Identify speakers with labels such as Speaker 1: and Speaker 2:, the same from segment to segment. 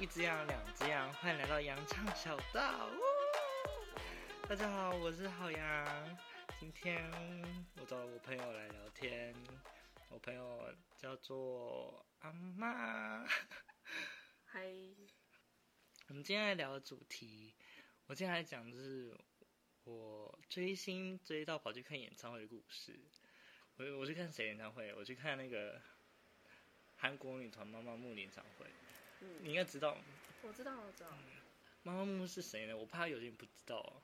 Speaker 1: 一只羊，两只羊，欢迎来到羊唱小道。呜大家好，我是好羊。今天我找我朋友来聊天，我朋友叫做阿妈。
Speaker 2: 嗨，
Speaker 1: 我们今天来聊的主题，我今天来讲的是我追星追到跑去看演唱会的故事。我我去看谁演唱会？我去看那个韩国女团妈妈木的演唱会，你
Speaker 2: 嗯，
Speaker 1: 应该知道
Speaker 2: 我知道，我知道，
Speaker 1: 妈妈木是谁呢？我怕有些人不知道，哦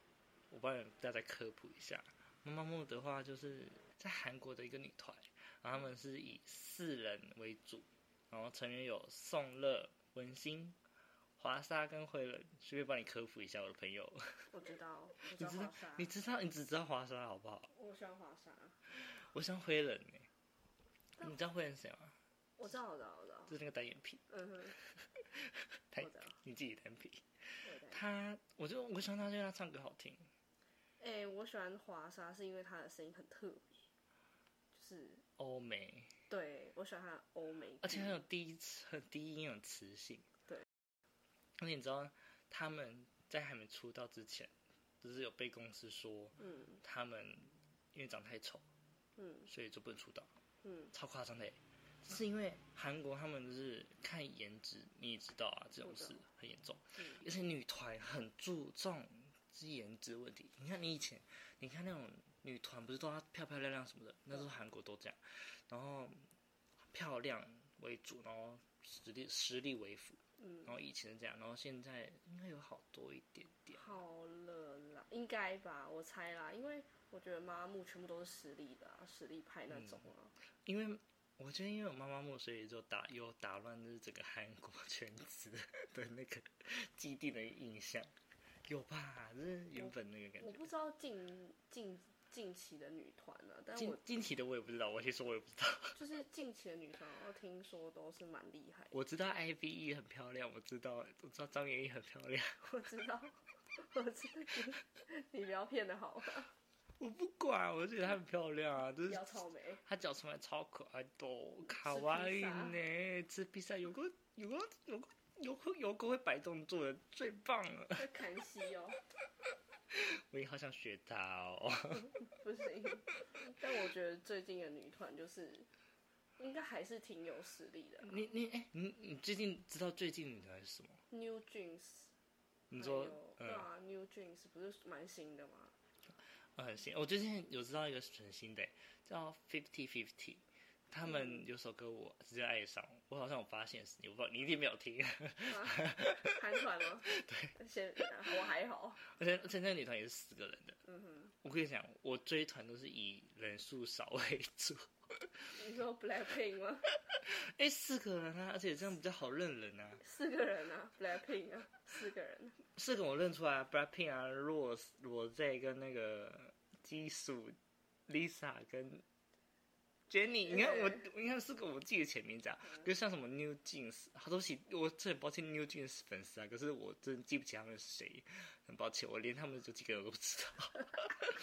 Speaker 1: 我帮大家科普一下。妈妈木的话，就是在韩国的一个女团，然后他们是以四人为主，然后成员有宋乐、文心、华莎跟慧伦。顺便帮你科普一下，我的朋友，
Speaker 2: 我知道，我
Speaker 1: 你
Speaker 2: 知道
Speaker 1: 知道
Speaker 2: 华沙，
Speaker 1: 你知道，你只知道华莎好不好？
Speaker 2: 我喜欢华沙，
Speaker 1: 我像慧伦呢、
Speaker 2: 但
Speaker 1: 你知道慧伦谁吗？
Speaker 2: 我知道，我知道，我知道，
Speaker 1: 就是那个单眼皮，
Speaker 2: 嗯哼，
Speaker 1: 太
Speaker 2: 我知道，
Speaker 1: 你自己单眼皮。
Speaker 2: 我知道。
Speaker 1: 他，我就我喜欢他，因为他唱歌好听。
Speaker 2: 哎、我喜欢华沙是因为他的声音很特别，就是
Speaker 1: 欧美，
Speaker 2: 对我喜欢他的欧美，
Speaker 1: 而且很有低很低音，很磁性。
Speaker 2: 对。
Speaker 1: 而且你知道，他们在还没出道之前，就是有被公司说
Speaker 2: 嗯
Speaker 1: 他们因为长太丑，
Speaker 2: 嗯
Speaker 1: 所以就不能出道，
Speaker 2: 嗯，
Speaker 1: 超夸张的耶。是因为韩国他们就是看颜值，你也知道啊，这种
Speaker 2: 我知道
Speaker 1: 事很严重。
Speaker 2: 嗯
Speaker 1: 而且女团很注重是颜值问题。你看你以前，你看那种女团不是都要漂漂亮亮什么的，那时候韩国都这样，然后漂亮为主，然后实力实力为辅，然
Speaker 2: 嗯，
Speaker 1: 后以前是这样，然后现在应该有好多一点点。
Speaker 2: 好了啦，应该吧，我猜啦，因为我觉得妈木全部都是实力的、啊，实力派
Speaker 1: 嗯
Speaker 2: 那种啊，
Speaker 1: 因为我觉得，因为我妈妈木，所以就打又打乱就是整个韩国圈子的那个既定的印象，有吧？就是原本那个感
Speaker 2: 我
Speaker 1: 觉。
Speaker 2: 不知道近近近期的女团啊，但
Speaker 1: 近
Speaker 2: 我
Speaker 1: 近期的我也不知道，我先说我也不知道。
Speaker 2: 就是近期的女团，我听说都是蛮厉害的。
Speaker 1: 我知道 IVE 很漂亮，我知道我知道张元英很漂亮，
Speaker 2: 我知道，我知道你，你不要骗的好吗？
Speaker 1: 我不管，我觉得她很漂亮啊，就
Speaker 2: 不
Speaker 1: 是
Speaker 2: 要草莓，
Speaker 1: 她脚出来超可爱的哦，卡哇伊呢，吃披萨有个有个有个有个有个会摆动作的，最棒了，
Speaker 2: 在砍戏哦，
Speaker 1: 我也好想学她哦。
Speaker 2: 不行。但我觉得最近的女团就是，应该还是挺有实力的。
Speaker 1: 你你哎、你你最近知道最近女团是什么？
Speaker 2: New Jeans，
Speaker 1: 你说
Speaker 2: 还有对
Speaker 1: 嗯
Speaker 2: 啊，New Jeans 不是蛮新的吗？
Speaker 1: 嗯很新，我最近有知道一个很新的叫 Fifty Fifty。他们有首歌我直接爱上，我好像有发现是你，我不知道你一定没有听。
Speaker 2: 啊，韩团吗？对， 先啊我还好，
Speaker 1: 而且而且那个女团也是四个人的。
Speaker 2: 嗯哼。
Speaker 1: 我跟你讲，我追团都是以人数少为主。
Speaker 2: 你说 Blackpink 吗？
Speaker 1: 哎，四个人啊，而且这样比较好认人啊。
Speaker 2: 四个人啊，Blackpink 啊，四个人。
Speaker 1: 四个我认出来啊，Blackpink 啊，Rose、Rose 跟那个基属 Lisa 跟 Jenny。你看我，你看四个我记得前名字啊，就像什么 New Jeans，好对不起，我这很抱歉 New Jeans 粉丝啊，可是我真的记不起他们是谁，很抱歉，我连他们有几个人都不知道。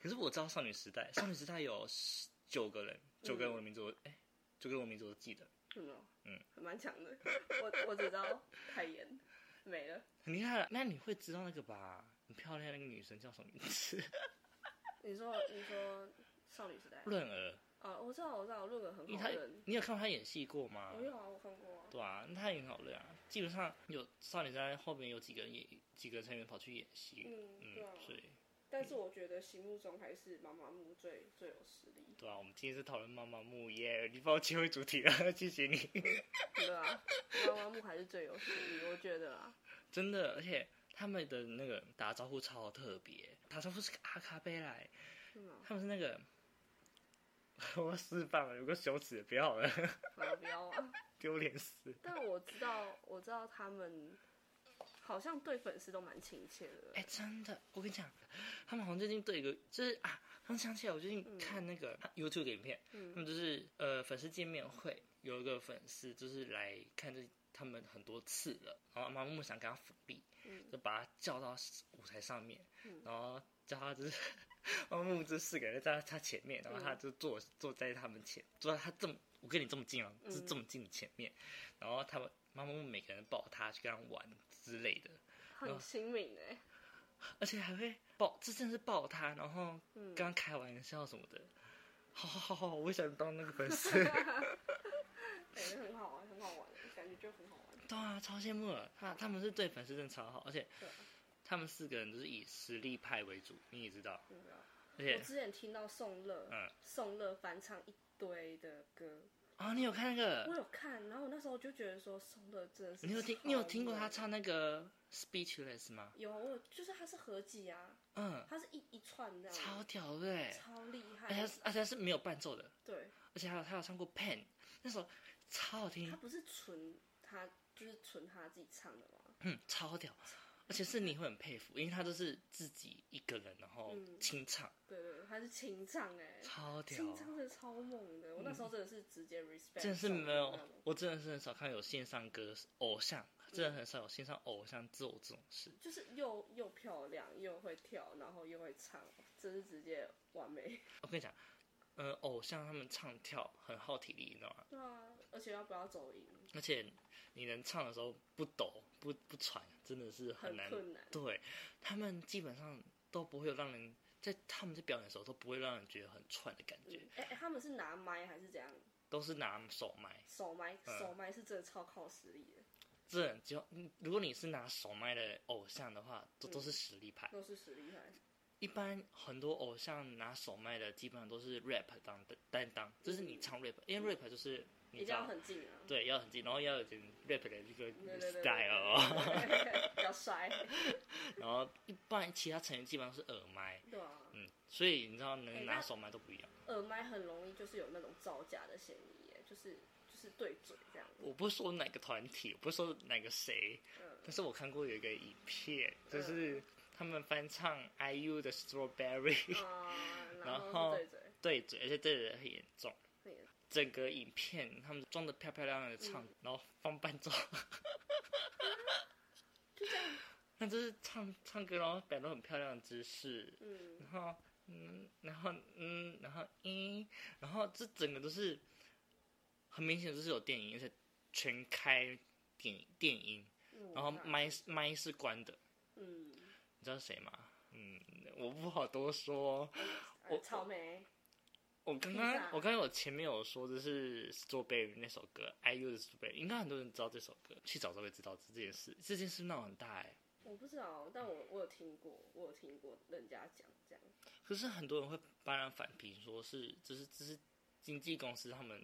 Speaker 1: 可是我知道少女时代，少女时代有十九个人，九个人我的名字我哎、九个人我的名字我都记得。
Speaker 2: 嗯哦，
Speaker 1: 嗯，
Speaker 2: 还蛮强的。我我只知道泰妍没了。
Speaker 1: 很厉害，啊那你会知道那个吧？很漂亮那个女生叫什么名字？
Speaker 2: 你说你说少女时代
Speaker 1: 润儿。
Speaker 2: 啊？我知道我知道，论文
Speaker 1: 因为
Speaker 2: 很好
Speaker 1: 他
Speaker 2: 认。，
Speaker 1: 嗯你有看过他演戏过吗
Speaker 2: 我？有啊，我看过啊。
Speaker 1: 对啊，那他也很好认啊。基本上有少女时代后面有几个人演，几个成员跑去演戏，
Speaker 2: 嗯，
Speaker 1: 嗯
Speaker 2: 对啊，。
Speaker 1: 所以
Speaker 2: 但是我觉得心目中还是妈妈木最最有实力，
Speaker 1: 对啊，我们今天是讨论妈妈木耶，你帮我切回主题了， 谢谢你。
Speaker 2: 对啊，妈妈木还是最有实力，我觉得啊。
Speaker 1: 真的，而且他们的那个打招呼超特别，打招呼是个阿卡贝拉，
Speaker 2: 嗯啊，
Speaker 1: 他们是那个。 我要示范了，有个羞耻，不要了，
Speaker 2: 好了，不要啊。
Speaker 1: 丢脸死！
Speaker 2: 但我知道，我知道他们好像对粉丝都蛮亲切的。
Speaker 1: 哎、真的，我跟你讲，他们好像最近对一个，就是啊，刚想起来，我最近看那个啊 YouTube 的影片，他
Speaker 2: 嗯
Speaker 1: 们就是呃粉丝见面会，有一个粉丝就是来看这他们很多次了，然后妈木想给他辅币，
Speaker 2: 嗯
Speaker 1: 就把他叫到舞台上面，
Speaker 2: 嗯
Speaker 1: 然后叫他就是猫木这四个人在他前面，然后他就坐坐在他们前，坐在他这么我跟你这么近啊，就是这么近的前面，然后他们猫木每个人抱他去跟他玩之类的，
Speaker 2: 很亲民哎、
Speaker 1: 而且还会抱，这真的是抱他，然后
Speaker 2: 嗯，
Speaker 1: 跟他开玩笑什么的。好好好好，我想当那个粉丝。
Speaker 2: 感觉哎很好玩，很好玩，感觉就很好玩。
Speaker 1: 对啊，超羡慕了。他他们是对粉丝真的超好，而且
Speaker 2: 对
Speaker 1: 他们四个人都是以实力派为主，你也知道。
Speaker 2: 嗯啊
Speaker 1: 而
Speaker 2: 我
Speaker 1: 且
Speaker 2: 之前听到宋乐，
Speaker 1: 嗯
Speaker 2: 宋乐翻唱一堆的歌，
Speaker 1: 啊、你有看那
Speaker 2: 我
Speaker 1: 个？
Speaker 2: 有看，然后我那时候就觉得说宋乐真的是，
Speaker 1: 你有听？你有听过他？唱那个《Speechless》吗？
Speaker 2: 有，我有就是他是合集啊，
Speaker 1: 嗯，
Speaker 2: 他是一一串这样，
Speaker 1: 超屌的欸，
Speaker 2: 超厉
Speaker 1: 而且他
Speaker 2: 害，
Speaker 1: 是而且他是没有伴奏的，
Speaker 2: 对，
Speaker 1: 而且还有他有唱过《Pen》，那首超好听
Speaker 2: 他，不是纯他就是纯他自己唱的吗？
Speaker 1: 嗯，超屌。而且是你会很佩服，因为他都是自己一个人，然后
Speaker 2: 嗯
Speaker 1: 清唱，
Speaker 2: 对对，对他是清唱哎、
Speaker 1: 超屌。
Speaker 2: 清唱真的超猛的，我那时候真的是直接 respect，
Speaker 1: 真的是
Speaker 2: 宋乐
Speaker 1: 没有
Speaker 2: 那种，
Speaker 1: 我真的是很少看有线上歌手偶像，真的很少有线上偶像做这种事。
Speaker 2: 就是又又漂亮又会跳，然后又会唱，真是直接完美。
Speaker 1: 我跟你讲，呃，偶像他们唱跳很耗体力，你知道吗？
Speaker 2: 对啊，而且要不要走音
Speaker 1: 而且你能唱的时候不抖不不喘，真的是
Speaker 2: 很
Speaker 1: 难。
Speaker 2: 困难。
Speaker 1: 对他们基本上都不会有让人在他们在表演的时候都不会让人觉得很喘的感
Speaker 2: 嗯
Speaker 1: 觉，
Speaker 2: 哎、哎他们是拿麦还是怎样？
Speaker 1: 都是拿手麦。
Speaker 2: 手麦，
Speaker 1: 嗯
Speaker 2: 手麦是真的超靠实力的，
Speaker 1: 这人只要嗯如果你是拿手麦的偶像的话，都都
Speaker 2: 嗯
Speaker 1: 是实力派。
Speaker 2: 都是实力派。
Speaker 1: 一般很多偶像拿手麦的，基本上都是 rap 当担当，就是你唱 rap，因为 rap 就是你
Speaker 2: 一
Speaker 1: 知
Speaker 2: 定要
Speaker 1: 道，
Speaker 2: 嗯很近啊。
Speaker 1: 对，要很近，然后要有点 rap 的这个
Speaker 2: 对对对
Speaker 1: style，哦
Speaker 2: 比较帅，
Speaker 1: 然后一般其他成员基本上是耳麦，
Speaker 2: 对啊，
Speaker 1: 嗯，所以你知道
Speaker 2: 哎
Speaker 1: 能
Speaker 2: 那
Speaker 1: 拿手麦都不一样。
Speaker 2: 耳麦很容易就是有那种造假的嫌疑耶，就是就是对嘴这样。
Speaker 1: 我不是说哪个团体，我不是说哪个谁，
Speaker 2: 嗯，
Speaker 1: 但是我看过有一个影片，就是他们翻唱 IU 的 Strawberry
Speaker 2: 啊、
Speaker 1: 然
Speaker 2: 然
Speaker 1: 后
Speaker 2: 后是对
Speaker 1: 对
Speaker 2: 嘴，
Speaker 1: 嘴，而且对嘴很严重。
Speaker 2: 那也
Speaker 1: 整个影片他们装的漂漂亮亮的唱，
Speaker 2: 嗯
Speaker 1: 然后放伴奏。
Speaker 2: 就这样，
Speaker 1: 那就是唱唱歌，然后摆了很漂亮的姿势，
Speaker 2: 嗯
Speaker 1: 然后嗯，然后嗯，然后嗯，然后这整个都是很明显就是有电音，而且全开电电音，
Speaker 2: 嗯，
Speaker 1: 然后
Speaker 2: 那
Speaker 1: 麦是麦是关的，
Speaker 2: 嗯，
Speaker 1: 你知道谁吗？嗯，我不好多说。我
Speaker 2: 呃草莓，
Speaker 1: 我刚
Speaker 2: 披
Speaker 1: 刚
Speaker 2: 萨
Speaker 1: 我刚刚有前面有说这是 Strawberry 那首歌，IU 的 Strawberry，应该很多人知道这首歌，去找就会知道这件事，这件事闹很大哎、
Speaker 2: 我不知道，但我我有听过，我有听过人家讲这样，
Speaker 1: 可是很多人会帮人反评，说是这是这是经纪公司他们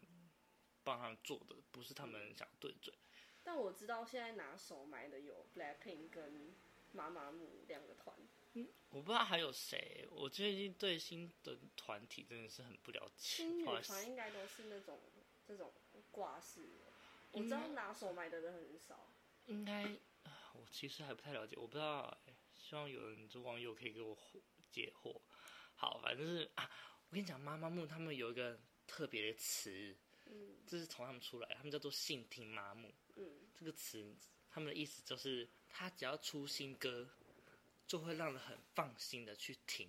Speaker 1: 帮他们做的，不是他们想对准。
Speaker 2: 但我知道现在拿手买的有 Blackpink 跟妈妈木两个 团，
Speaker 1: 我不知道还有谁，我最近对新的团体真的是很不了解
Speaker 2: 新，女
Speaker 1: 不好意思
Speaker 2: 团。应该都是那种这种挂饰的，我知道
Speaker 1: 嗯
Speaker 2: 拿手买的人很少，
Speaker 1: 应该啊我其实还不太了解，我不知道、哎希望有人就网友可以给我解惑。好，反正是啊，我跟你讲，妈妈木他们有一个特别的词，
Speaker 2: 嗯
Speaker 1: 这是从他们出来，他们叫做性听妈木。
Speaker 2: 嗯，
Speaker 1: 这个词，他们的意思就是，他只要出新歌，就会让人很放心的去听，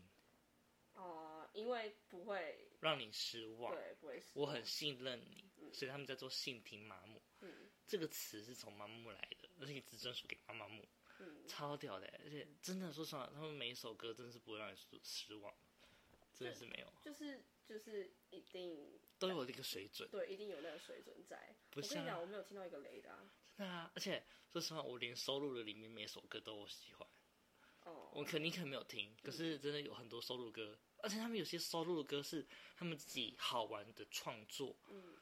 Speaker 2: 哦、因为不会，
Speaker 1: 让你失望。
Speaker 2: 对，不会是，
Speaker 1: 我很信任你，
Speaker 2: 嗯
Speaker 1: 所以他们叫做信听麻木。
Speaker 2: 嗯
Speaker 1: 这个词是从妈木来的，而且只专属给妈妈木，
Speaker 2: 嗯，
Speaker 1: 超屌的欸！而且真的，说实话，他们每一首歌真的是不会让你失失望，真的是没有，
Speaker 2: 就是就是一定
Speaker 1: 都有一个水准。
Speaker 2: 对，一定有那个水准在。
Speaker 1: 不啊
Speaker 2: 我跟
Speaker 1: 像
Speaker 2: 你讲，我没有听到一个雷的、啊，
Speaker 1: 对啊，而且说实话，我连收录的里面每首歌都我喜欢。
Speaker 2: 哦，
Speaker 1: 我肯定可能没有听，可是真的有很多收录歌，而且他们有些收录的歌是他们自己好玩的创作，
Speaker 2: 嗯，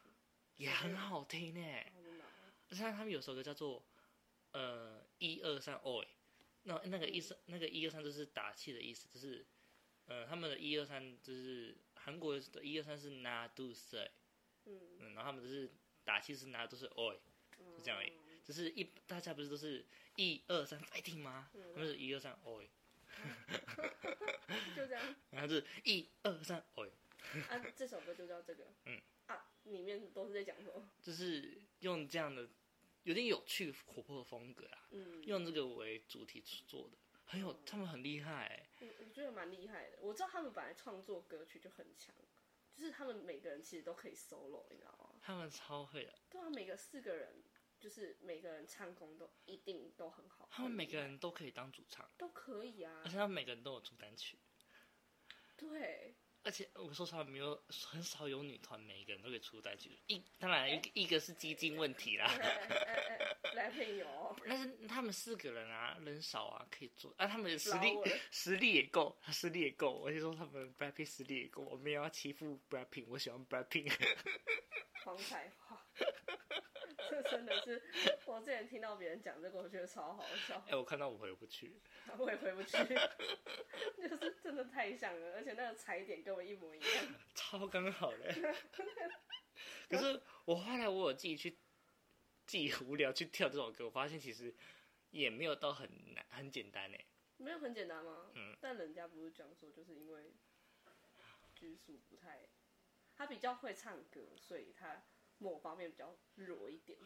Speaker 1: 也很好听呢。
Speaker 2: 好的嘛，
Speaker 1: 而且他们有首歌叫做呃一二三 oi，那那个一三那个一二三就是打气的意思，就是呃他们的一二三就是韩国的一二三是拿度塞，
Speaker 2: 嗯，
Speaker 1: 嗯，然后他们就是打气是拿度塞 oi，
Speaker 2: 就
Speaker 1: 这样而已就是一大家不是都是一二三 fighting 吗？他们是一二三 oi，
Speaker 2: 哦就这样。
Speaker 1: 然后就是一二三 oi。
Speaker 2: 啊，这首歌就叫这个，
Speaker 1: 嗯，
Speaker 2: 啊，里面都是在讲什么？
Speaker 1: 就是用这样的有点有趣活泼的风格啊，
Speaker 2: 嗯，
Speaker 1: 用这个为主题做的，很有，他们很厉害欸、
Speaker 2: 我我觉得蛮厉害的。我知道他们本来创作歌曲就很强，就是他们每个人其实都可以 solo，你知道吗？
Speaker 1: 他们超会的，
Speaker 2: 对啊，每个四个人就是每个人唱功都一定都很好，
Speaker 1: 他们每个
Speaker 2: 很厉
Speaker 1: 人都可以当主唱，
Speaker 2: 害都可以啊
Speaker 1: 而。且他们每个人都有出单曲，
Speaker 2: 对，
Speaker 1: 而且我说实话，没有很少有女团每个人都可以出单曲，一当然一个一个是基金问题啦，
Speaker 2: 哎 来配哦有
Speaker 1: 但是他们四个人啊，人少啊，可以做啊，他们的实力
Speaker 2: 老了
Speaker 1: 实力也够，实力也够。我就说他们 Blackpink 实力也够，我没有要欺负 Blackpink，我喜欢 Blackpink。
Speaker 2: 黄彩花， 这真的是我之前听到别人讲这个，我觉得超好笑
Speaker 1: 哎、。我看到我回不去，
Speaker 2: 我也回不去， 就是真的太像了，而且那个踩点跟我一模一样。
Speaker 1: 超刚好 的。可是我后来我有自己去，自己无聊去跳这首歌，我发现其实也没有到很难，很简单哎。
Speaker 2: 没有很简单吗？
Speaker 1: 嗯
Speaker 2: 但人家不是讲说，就是因为拘束不太，他比较会唱歌，所以他某方面比较弱一点。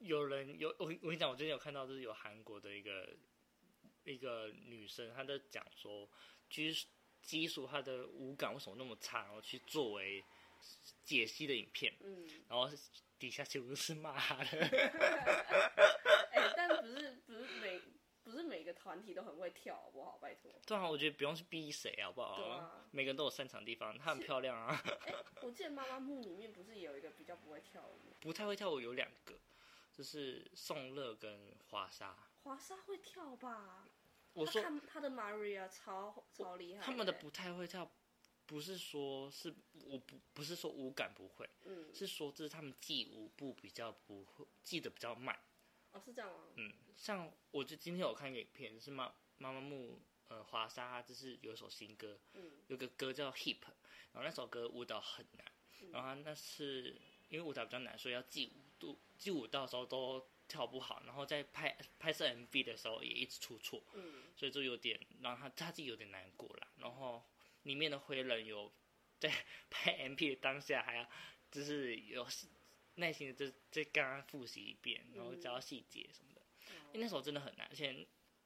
Speaker 1: 有人有我我跟你讲，我最近有看到就是有韩国的一个一个女生，她在讲说，基基础她的舞感为什么那么差，然后去作为解析的影片，
Speaker 2: 嗯，
Speaker 1: 然后底下全部是骂她的。
Speaker 2: 哎、但不是不是每不是每个团体都很会跳，好不好？拜托。
Speaker 1: 对啊，我觉得不用去逼谁好不好？
Speaker 2: 对啊
Speaker 1: 每个人都有擅长的地方，她很漂亮啊。
Speaker 2: 哎、我记得妈妈木里面不是有一个比较不会跳舞，
Speaker 1: 不太会跳舞有两个，就是宋乐跟华莎。
Speaker 2: 华莎会跳吧？
Speaker 1: 我
Speaker 2: 她
Speaker 1: 说
Speaker 2: 看她的 Maria 超超厉害、
Speaker 1: 他们的，不太会跳，不是说是我不不是说舞感不会。
Speaker 2: 嗯，
Speaker 1: 是说这是他们记舞步比较不会记得比较慢。
Speaker 2: 哦，是这样吗？
Speaker 1: 嗯，像我就今天有看一个影片，就是妈妈妈木呃华莎，她就是有一首新歌，
Speaker 2: 嗯
Speaker 1: 有个歌叫 Hip，然后那首歌舞蹈很难，然后她那是因为舞蹈比较难，所以要记舞度记舞到时候都跳不好，然后在拍拍摄 MV 的时候也一直出错，
Speaker 2: 嗯，
Speaker 1: 所以就有点让他他自己有点难过啦。然后里面的灰人有在 拍 M P 的当下，还要就是有耐心的再再跟他复习一遍，然后教细节什么的。因
Speaker 2: 哦
Speaker 1: 为那时候真的很难，而且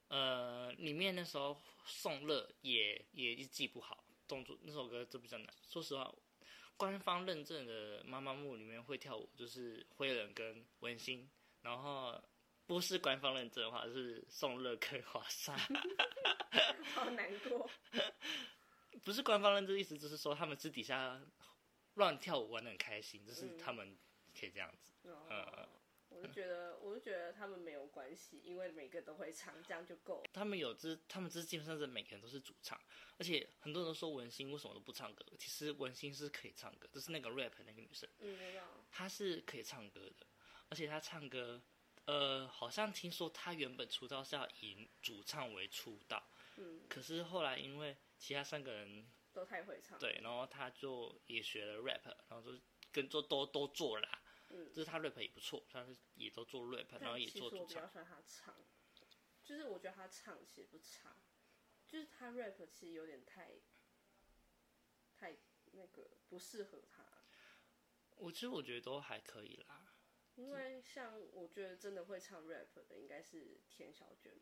Speaker 1: 呃，里面那时候宋乐也也一直记不好动作，那首歌就比较难。说实话。官方认证的妈妈木里面会跳舞就是灰人跟文心，然后不是官方认证的话是宋乐跟华莎。
Speaker 2: 好难过。
Speaker 1: 不是官方认证，意思就是说他们私底下乱跳舞玩的很开心，就是
Speaker 2: 嗯
Speaker 1: 他们可以这样子。嗯
Speaker 2: 哦，我就觉得，我就觉得他们没有关系，因为每个都会唱，这样就够了。
Speaker 1: 他们有这，他们这基本上是每个人都是主唱，而且很多人都说文心为什么都不唱歌，其实文心是可以唱歌，就是那个 rap 那个女生，
Speaker 2: 嗯，我知道。
Speaker 1: 她是可以唱歌的，而且她唱歌，呃，好像听说她原本出道是要以主唱为出道，
Speaker 2: 嗯，
Speaker 1: 可是后来因为其他三个人
Speaker 2: 都太会唱。，
Speaker 1: 对，然后他就也学了 rap，然后就跟做都都做啦。
Speaker 2: 嗯
Speaker 1: 就是他 rap 也不错，他是也都做 rap，然后
Speaker 2: 但
Speaker 1: 也
Speaker 2: 其实
Speaker 1: 做
Speaker 2: 我
Speaker 1: 主
Speaker 2: 比
Speaker 1: 唱
Speaker 2: 较。喜欢他唱，就是我觉得他唱其实不差，就是他 rap 其实有点太，太那个不适合他。
Speaker 1: 我其实我觉得都还可以啦。
Speaker 2: 因为像我觉得真的会唱 rap 的应该是田小娟，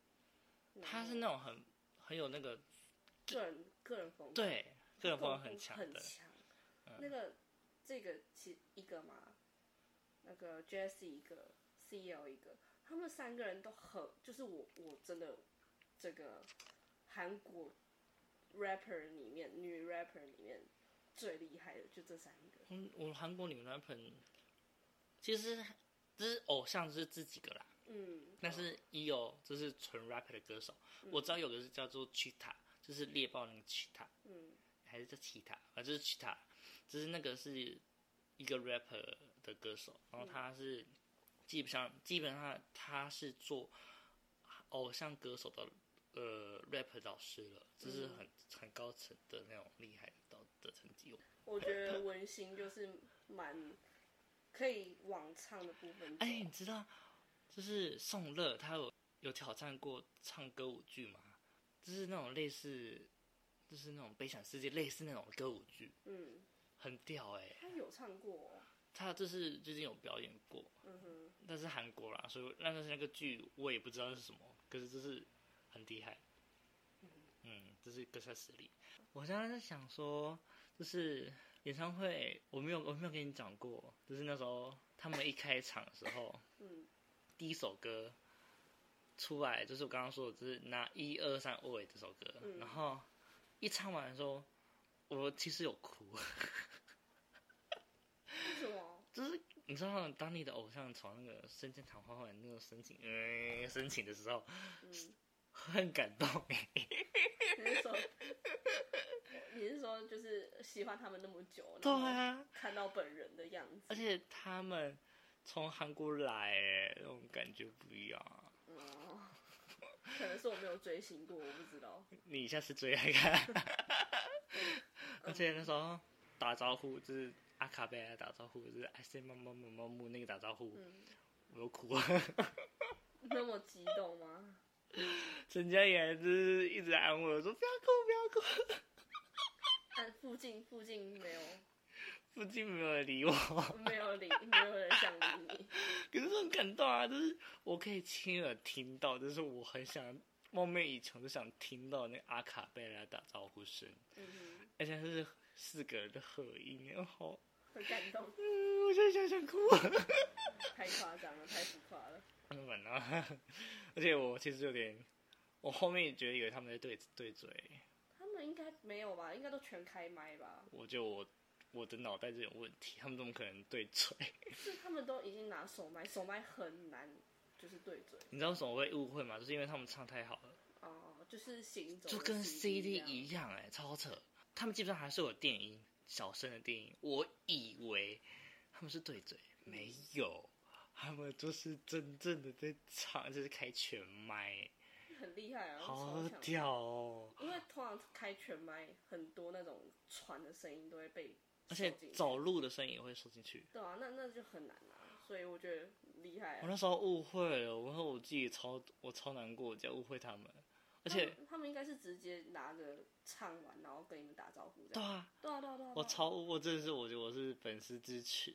Speaker 2: 然
Speaker 1: 他是
Speaker 2: 后
Speaker 1: 那种很很有那个
Speaker 2: 个人个人风格，
Speaker 1: 对个人风格很
Speaker 2: 很
Speaker 1: 强的，
Speaker 2: 强那个这个其一个嘛，那个 Jesse 一个，CL 一个，他们三个人都很，就是我我真的这个韩国 rapper 里面女 rapper 里面最厉害的就这三个。
Speaker 1: 嗯，我韩国女 rap 其实就是偶像就是这几个啦，
Speaker 2: 嗯，
Speaker 1: 但是也有就是纯 rap 的歌手，我知道有个是叫做 Cheetah，就是猎豹那个 Cheetah，
Speaker 2: 嗯
Speaker 1: 还是叫 Cheetah，啊，就是 Cheetah，就是那个是一个 rapper 的歌手，然
Speaker 2: 嗯
Speaker 1: 后他是基本上基本上他是做偶像歌手的呃 rap 导师了，就是
Speaker 2: 嗯
Speaker 1: 很很高层的那种厉害的的成绩。
Speaker 2: 我觉得文心就是蛮可以往唱的部分走。
Speaker 1: 哎、你知道就是宋乐他有有挑战过唱歌舞剧吗？就是那种类似就是那种悲惨世界类似那种歌舞剧，
Speaker 2: 嗯，
Speaker 1: 很屌哎、
Speaker 2: 他有唱过哦、
Speaker 1: 他就是最近有表演过，
Speaker 2: 嗯哼，
Speaker 1: 但是韩国啦，所以那但是那个剧我也不知道是什么，可是就是很厉害。嗯，这是各项实力。我现在在想说，就是演唱会，我没有我没有跟你讲过，就是那时候他们一开场的时候，
Speaker 2: 嗯，
Speaker 1: 第一首歌出来，就是我刚刚说的，就是拿一二三 o 这首歌，
Speaker 2: 嗯
Speaker 1: 然后一唱完的时候，我其实有哭，
Speaker 2: 为什么？
Speaker 1: 就是你知道，当你的偶像从那个深圳堂缓缓那种深情，嗯，深情的时候，
Speaker 2: 嗯，
Speaker 1: 很感动欸
Speaker 2: 你是说，你是说就是喜欢他们那么久，
Speaker 1: 对
Speaker 2: 然后
Speaker 1: 啊，
Speaker 2: 看到本人的样子，
Speaker 1: 而且他们从韩国来、欸，那种感觉不一样啊。
Speaker 2: 哦，可能是我没有追星过，我不知道。
Speaker 1: 你下次追来看。而且那时候打招呼就是阿卡贝拉打招呼，就是 I say 么么么么么那个打招呼，
Speaker 2: 嗯，
Speaker 1: 我都哭了。
Speaker 2: 那么激动吗？
Speaker 1: 陈佳妍就是一直安慰我说不要哭不要哭，
Speaker 2: 啊，附近附近没有，
Speaker 1: 附近没有人理我，
Speaker 2: 没有理，没有人想理你。
Speaker 1: 可是很感动啊，就是我可以亲耳听到，就是我很想梦寐以求就想听到那个阿卡贝拉打招呼声，
Speaker 2: 嗯
Speaker 1: 而且是四个人的合音，然后
Speaker 2: 哼，很感动，
Speaker 1: 嗯，我就想想哭。
Speaker 2: 太夸张了，太浮夸了。
Speaker 1: 他们本啊， 而且我其实有点，我后面也觉得以为他们在对对嘴，
Speaker 2: 他们应该没有吧？应该都全开麦吧？
Speaker 1: 我觉得我我的脑袋是有问题，他们怎么可能对嘴？
Speaker 2: 是他们都已经拿手麦，手麦很难，就是对准
Speaker 1: 你知道为什么会误会吗？就是因为他们唱太好了，
Speaker 2: 哦，就是行走的
Speaker 1: 就跟
Speaker 2: CD
Speaker 1: CD
Speaker 2: 一样
Speaker 1: 一样哎、超扯。他们基本上还是有电音，小声的电音。我以为他们是对嘴，没有，他们就是真正的在唱，就是开全麦，
Speaker 2: 很厉害啊，
Speaker 1: 好
Speaker 2: 超强。
Speaker 1: 屌哦！
Speaker 2: 因为通常开全麦，很多那种船的声音都会被
Speaker 1: 而
Speaker 2: 收
Speaker 1: 且
Speaker 2: 进去，
Speaker 1: 走路的声音也会收进去。
Speaker 2: 对啊，那那就很难啊，所以我觉得厉害、
Speaker 1: 我
Speaker 2: 啊。
Speaker 1: 那时候误会了，我说我自己超我超难过，这样误会他们，而且
Speaker 2: 他们他们应该是直接拿着唱完，然后跟你们打招呼这
Speaker 1: 对
Speaker 2: 样。
Speaker 1: 啊，
Speaker 2: 对啊，对啊，对啊。
Speaker 1: 我
Speaker 2: 对啊！
Speaker 1: 超误我真的是我觉得我是粉丝支持，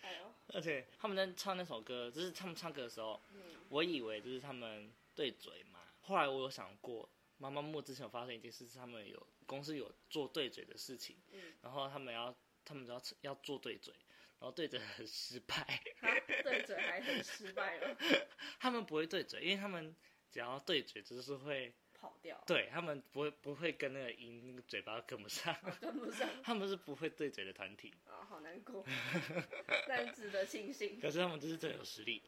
Speaker 2: 哎呦，
Speaker 1: 而且他们在唱那首歌，就是他们唱歌的时候，
Speaker 2: 嗯
Speaker 1: 我以为就是他们对嘴嘛，后来我有想过，妈妈木之前有发生一件事，是他们有公司有做对嘴的事情，
Speaker 2: 嗯，
Speaker 1: 然后他们要他们只要要做对嘴，然后对嘴很失败。
Speaker 2: 他对嘴还很失败哦了，
Speaker 1: 他们不会对嘴，因为他们只要对嘴，就是会
Speaker 2: 跑掉，
Speaker 1: 对他们不会不会跟那个音那个嘴巴跟不上，
Speaker 2: 哦跟不上
Speaker 1: 他们是不会对嘴的团体，
Speaker 2: 啊，好难过， 但值得庆幸，
Speaker 1: 可是他们就是真的有实力，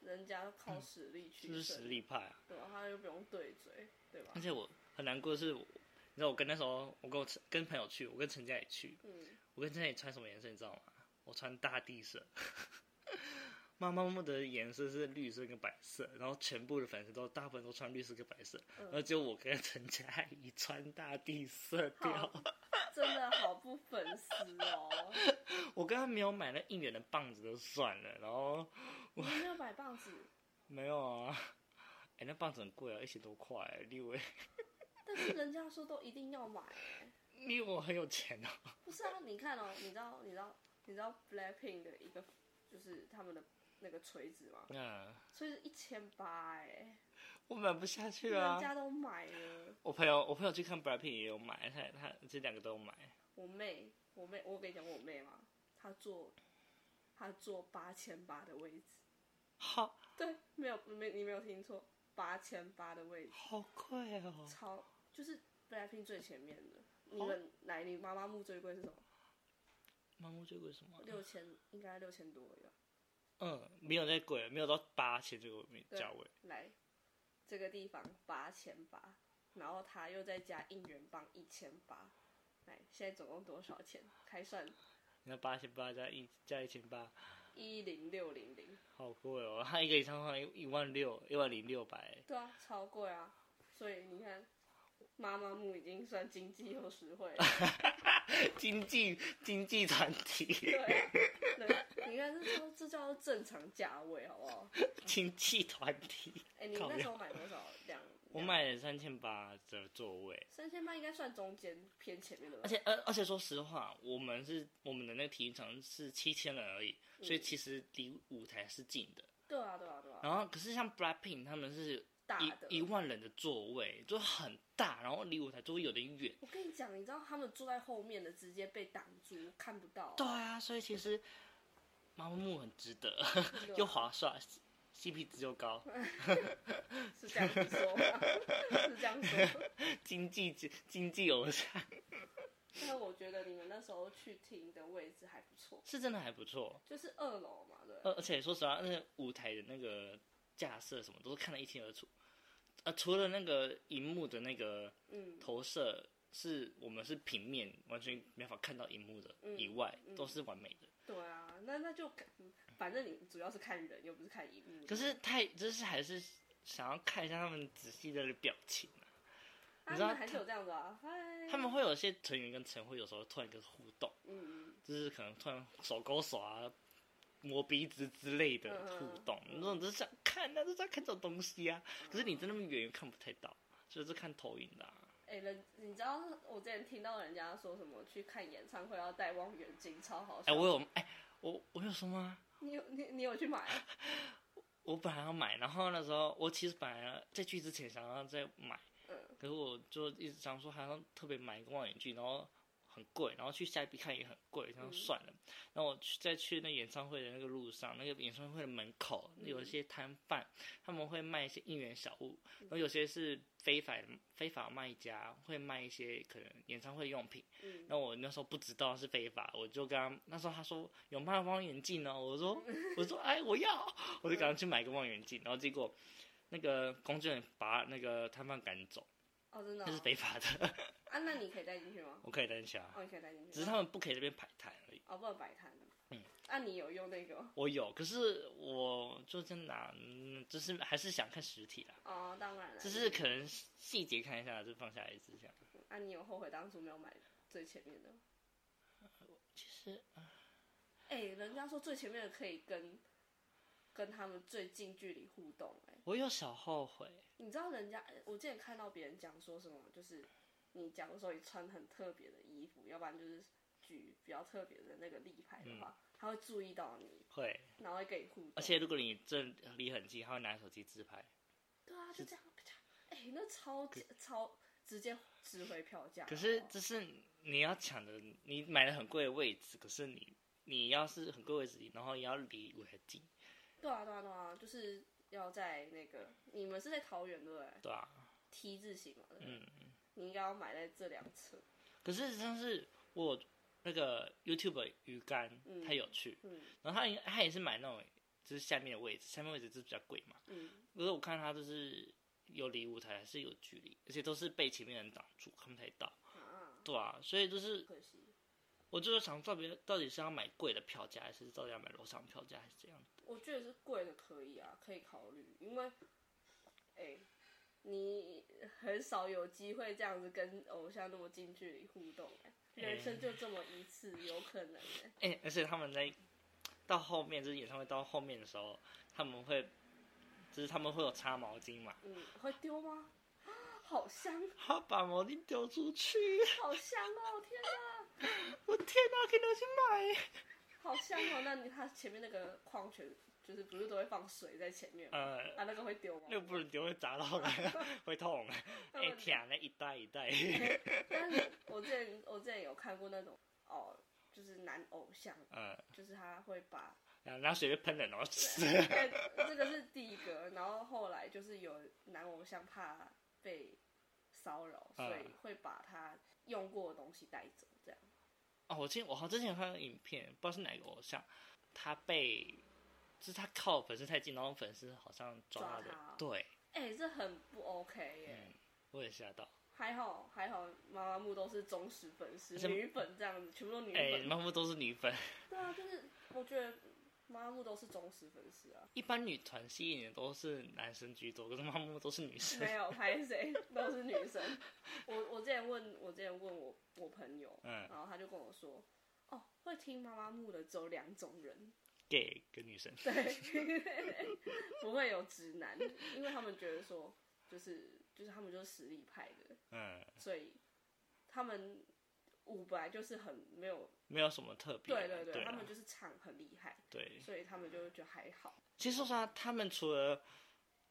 Speaker 2: 人家靠实力
Speaker 1: 就
Speaker 2: 取
Speaker 1: 是实
Speaker 2: 胜，
Speaker 1: 力派啊。
Speaker 2: 对啊，他又不用对嘴，对吧
Speaker 1: 而？且我很难过的是我，你知道我跟那时候我跟我跟朋友去，我跟陈佳也去，
Speaker 2: 嗯，
Speaker 1: 我跟陈佳也穿什么颜色你知道吗？我穿大地色。 妈妈木的颜色是绿色跟白色，然后全部的粉丝都大部分都穿绿色跟白色，
Speaker 2: 嗯
Speaker 1: 然后只有我跟陈佳怡穿大地色调。
Speaker 2: 好，真的好不粉丝哦，
Speaker 1: 我刚刚没有买那应援的棒子就算了，然后
Speaker 2: 你有没有买棒子，
Speaker 1: 没有啊，哎、那棒子很贵啊，一千多块、你以为
Speaker 2: 但是人家说都一定要买欸、
Speaker 1: 你以为我很有钱啊？
Speaker 2: 不是啊，你看哦，你知道你知道你知道 Blackpink 的一个就是他们的那个锤子吗？
Speaker 1: 嗯，
Speaker 2: 所以一千八哎，
Speaker 1: 我买不下去
Speaker 2: 人
Speaker 1: 啊。
Speaker 2: 家都买了。
Speaker 1: 我朋友，我朋友去看 Blackpink 也有买，他他这两个都有买，
Speaker 2: 我妹，我妹，我跟你讲，我妹嘛，她坐她坐八千八的位置，
Speaker 1: 好
Speaker 2: 对，没有没你没有听错，八千八的位置，
Speaker 1: 好贵哦，
Speaker 2: 超就是 Blackpink 最前面的。你们奶你妈妈木最贵是什么？
Speaker 1: 芒果最贵什么？
Speaker 2: 六千，应该六千多而已吧。
Speaker 1: 嗯，没有那贵，没有到八千这个
Speaker 2: 对
Speaker 1: 价位，
Speaker 2: 来这个地方八千八，然后他又再加应援棒一千八，来，现在总共多少钱？开算
Speaker 1: 那八千八加一加一千八，
Speaker 2: 一零六零零，
Speaker 1: 好贵哦。 他一个演唱会一一万六，一万零六百，
Speaker 2: 对啊，超贵啊！所以你看，妈妈木已经算经济又实惠了，
Speaker 1: 经济经济团体，
Speaker 2: 对啊，人你看这叫这叫正常价位，好不好？
Speaker 1: 经济团体。
Speaker 2: 哎、你
Speaker 1: 靠
Speaker 2: 那
Speaker 1: 腰
Speaker 2: 时候买多少？两
Speaker 1: 我买了三千八的座位，
Speaker 2: 三千八，应该算中间偏前面的吧
Speaker 1: 而？且而而且说实话，我嗯们是我们的那个体育场是七千人而已，所以其实离舞台是近的。
Speaker 2: 对啊，对啊，对啊，
Speaker 1: 然后可是像 Blackpink 他们是
Speaker 2: 大的
Speaker 1: 一一万人的座位，就很大，然后离舞台座位有点远。
Speaker 2: 我跟你讲，你知道他们坐在后面的直接被挡住，看不到。
Speaker 1: 对啊，所以其实麻木木很值得，
Speaker 2: 对啊
Speaker 1: 又划算，CP 值又高，
Speaker 2: 是这样子说吗？是这样说。
Speaker 1: 经济经济偶像
Speaker 2: 但是我觉得你们那时候去听的位置还不 错，
Speaker 1: 是真的还不错。呃
Speaker 2: 就是二楼嘛，对。
Speaker 1: 而而且说实话，那舞台的那个架设什么都是看得一清二楚。呃，除了那个荧幕的那个
Speaker 2: 嗯，
Speaker 1: 投射是我们是平面，完全没法看到荧幕的
Speaker 2: 嗯
Speaker 1: 以外，
Speaker 2: 嗯
Speaker 1: 都是完美的。
Speaker 2: 对啊，那那就看嗯反正你主要是看人，又不是看荧幕。
Speaker 1: 可是太就是还是想要看一下他们仔细的表情啊、你
Speaker 2: 啊你
Speaker 1: 知道
Speaker 2: 们还是有这样子啊，嗨。
Speaker 1: 他们会有些成员跟成员会有时候突然一个互动，
Speaker 2: 嗯嗯
Speaker 1: 就是可能突然手勾手啊、摸鼻子之类的
Speaker 2: 嗯嗯
Speaker 1: 互
Speaker 2: 嗯
Speaker 1: 动，那种就是想看啊，就是要看这种东西啊。可是你在那么远远看不太到，所以是看投影的、啊。
Speaker 2: 哎、人，你知道我之前听到人家说什么去看演唱会要带望远镜，超好笑。
Speaker 1: 哎、我有哎、我我有说吗？
Speaker 2: 你有你你有去 买？
Speaker 1: 我本来要买，然后那时候我其实本来在去之前想要再买，
Speaker 2: 嗯，
Speaker 1: 可是我就一直想说好像特别买一个望远镜，然后很贵，然后去下一笔看也很贵，然后
Speaker 2: 嗯
Speaker 1: 算了。然后我去在去那演唱会的那个路上，那个演唱会的门口
Speaker 2: 嗯
Speaker 1: 有一些摊贩，他们会卖一些应援小物，然后有些是非法非法卖家会卖一些可能演唱会用品。
Speaker 2: 嗯，
Speaker 1: 那我那时候不知道是非法，我就跟他那时候他说有卖望远镜哦，我说我说哎我要，我就赶快去买个望远镜，然后结果那个工作人员把那个摊贩赶走，
Speaker 2: 哦，真的、
Speaker 1: 那是
Speaker 2: 哦。
Speaker 1: 非法的，
Speaker 2: 啊，那你可以带进去吗？
Speaker 1: 我可以担心啊，
Speaker 2: 哦，你可以带进去。
Speaker 1: 只是他们不可以这边排摊而已。
Speaker 2: 哦，不能摆摊。
Speaker 1: 嗯，
Speaker 2: 那、你有用那个吗？
Speaker 1: 我有，可是我就真拿，嗯就是还是想看实体啦，
Speaker 2: 哦，当然了。
Speaker 1: 只是可能细节看一下就放下来是这样。
Speaker 2: 啊，你有后悔当初没有买最前面的吗？
Speaker 1: 呃其实呃
Speaker 2: 哎、人家说最前面的可以跟跟他们最近距离互动、哎，
Speaker 1: 我有小后悔，
Speaker 2: 你知道人家，我之前看到别人讲说什么，就是你假如说你穿很特别的衣服，要不然就是举比较特别的那个立牌的
Speaker 1: 嗯
Speaker 2: 话，他会注意到你，
Speaker 1: 会，
Speaker 2: 然后会跟你互动。
Speaker 1: 而且如果你正离很近，他会拿手机自拍。
Speaker 2: 对啊，就这样，啪嚓哎、那超级超直接值回票价。
Speaker 1: 可是
Speaker 2: 好不好
Speaker 1: 这是你要抢的，你买了很贵的位置，可是你你要是很贵位置，然后也要离舞台近，
Speaker 2: 对啊，对啊，对啊，就是要在那个你们是在桃园对不对
Speaker 1: 对啊吧、
Speaker 2: ？T 字形嘛，对不对
Speaker 1: 嗯，
Speaker 2: 你应该要买在这辆车。
Speaker 1: 可是像是我有那个 YouTube 鱼竿
Speaker 2: 嗯，
Speaker 1: 他有去，
Speaker 2: 嗯
Speaker 1: 然后他也他也是买那种就是下面的位置，下面位置就是比较贵嘛。
Speaker 2: 嗯
Speaker 1: 可是我看他就是有离舞台还是有距离，而且都是被前面人挡住，看不太到，
Speaker 2: 啊，
Speaker 1: 对啊，所以就是
Speaker 2: 可惜。
Speaker 1: 我就是想到底到底是要买贵的票价，还是到底要买楼上票价，还是怎样？
Speaker 2: 我觉得是贵的可以啊，可以考虑，因为，哎、你很少有机会这样子跟偶像那么近距离互动、哎人生就这么一次，有可能、哎，
Speaker 1: 哎、而且他们在到后面，就是演唱会到后面的时候，他们会，就是他们会有擦毛巾嘛，
Speaker 2: 嗯，会丢吗？啊 好香，
Speaker 1: 他把毛巾丢出去，
Speaker 2: 好香哦！天哪，
Speaker 1: 我天哪、可以拿去买。
Speaker 2: 好香哦！那你它前面那个矿泉，就是不是都会放水在前面吗？
Speaker 1: 呃，
Speaker 2: 啊，那个会丢吗？
Speaker 1: 那个不能丢，会砸到人， 会痛。
Speaker 2: 那
Speaker 1: 哎、
Speaker 2: 会
Speaker 1: 天、啊，那一袋一袋。
Speaker 2: 但是我之前我之前有看过那种哦，就是男偶像，
Speaker 1: 嗯，
Speaker 2: 就是他会把
Speaker 1: 然后拿水就喷人，然后死。
Speaker 2: 但这个是第一个，然后后来就是有男偶像怕被骚扰，所以会把他用过的东西带走，这样。
Speaker 1: 哦，我记得我好像之前有看到影片，不知道是哪个偶像，他被，就是他靠粉丝太近，然后粉丝好像抓
Speaker 2: 抓
Speaker 1: 他的，
Speaker 2: 他
Speaker 1: 对，
Speaker 2: 哎、这很不 OK 耶、
Speaker 1: 嗯，我也吓到。
Speaker 2: 还好还好，妈妈木都是忠实粉丝
Speaker 1: 而，且
Speaker 2: 女粉这样子，全部都女
Speaker 1: 哎、
Speaker 2: 粉。
Speaker 1: 他们都是女粉。
Speaker 2: 对啊，就是我觉得妈妈木都是忠实粉丝 啊，
Speaker 1: 一般女团吸引的都是男生居多，可是他们都是女生。
Speaker 2: 没有拍谁都是女 生。我我之前问我之前问我我朋友，
Speaker 1: 嗯
Speaker 2: 然后他就跟我说，哦，会听妈妈木的只有两种人。
Speaker 1: ，gay 跟女生。
Speaker 2: 对， 不会有直男，因为他们觉得说，就是就是他们就是实力派的，
Speaker 1: 嗯，
Speaker 2: 所以他们舞本来就是很没有，
Speaker 1: 没有什么特别
Speaker 2: 对
Speaker 1: 的。
Speaker 2: 对对，
Speaker 1: 对
Speaker 2: 他
Speaker 1: 啊
Speaker 2: 们就是唱很厉害，
Speaker 1: 对。
Speaker 2: 所以他们就觉得还好。
Speaker 1: 其实说实话，他们除了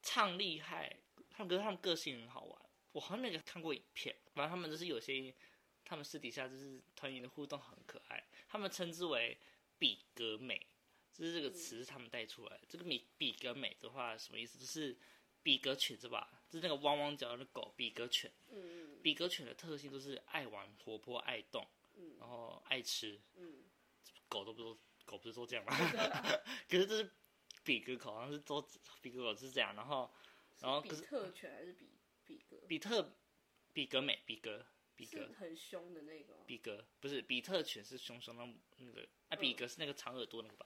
Speaker 1: 唱厉害，他们可是他们个性很好玩。我好像没有看过影片，反正他们就是有些，他们私底下就是团员的互动很可爱，他们称之为“比格美”，就是这个词是他们带出来的。这个“米比格美”的话什么意思？就是比格犬是吧？就是那个汪汪叫的狗，比格犬。
Speaker 2: 嗯
Speaker 1: 比格犬的特性就是爱玩、活泼、爱动，
Speaker 2: 嗯
Speaker 1: 然后爱吃。
Speaker 2: 嗯
Speaker 1: 狗都不都狗不是都这样吗？ 可是这是比格狗，好像是都比格狗是这样，然后然后
Speaker 2: 嗯，比
Speaker 1: 可是
Speaker 2: 特犬还是比比格？
Speaker 1: 比特比格美比格比
Speaker 2: 是
Speaker 1: 格
Speaker 2: 很凶的那个哦，
Speaker 1: 比格不是比特犬是凶凶的那个，啊比
Speaker 2: 嗯
Speaker 1: 格是那个长耳朵那个吧？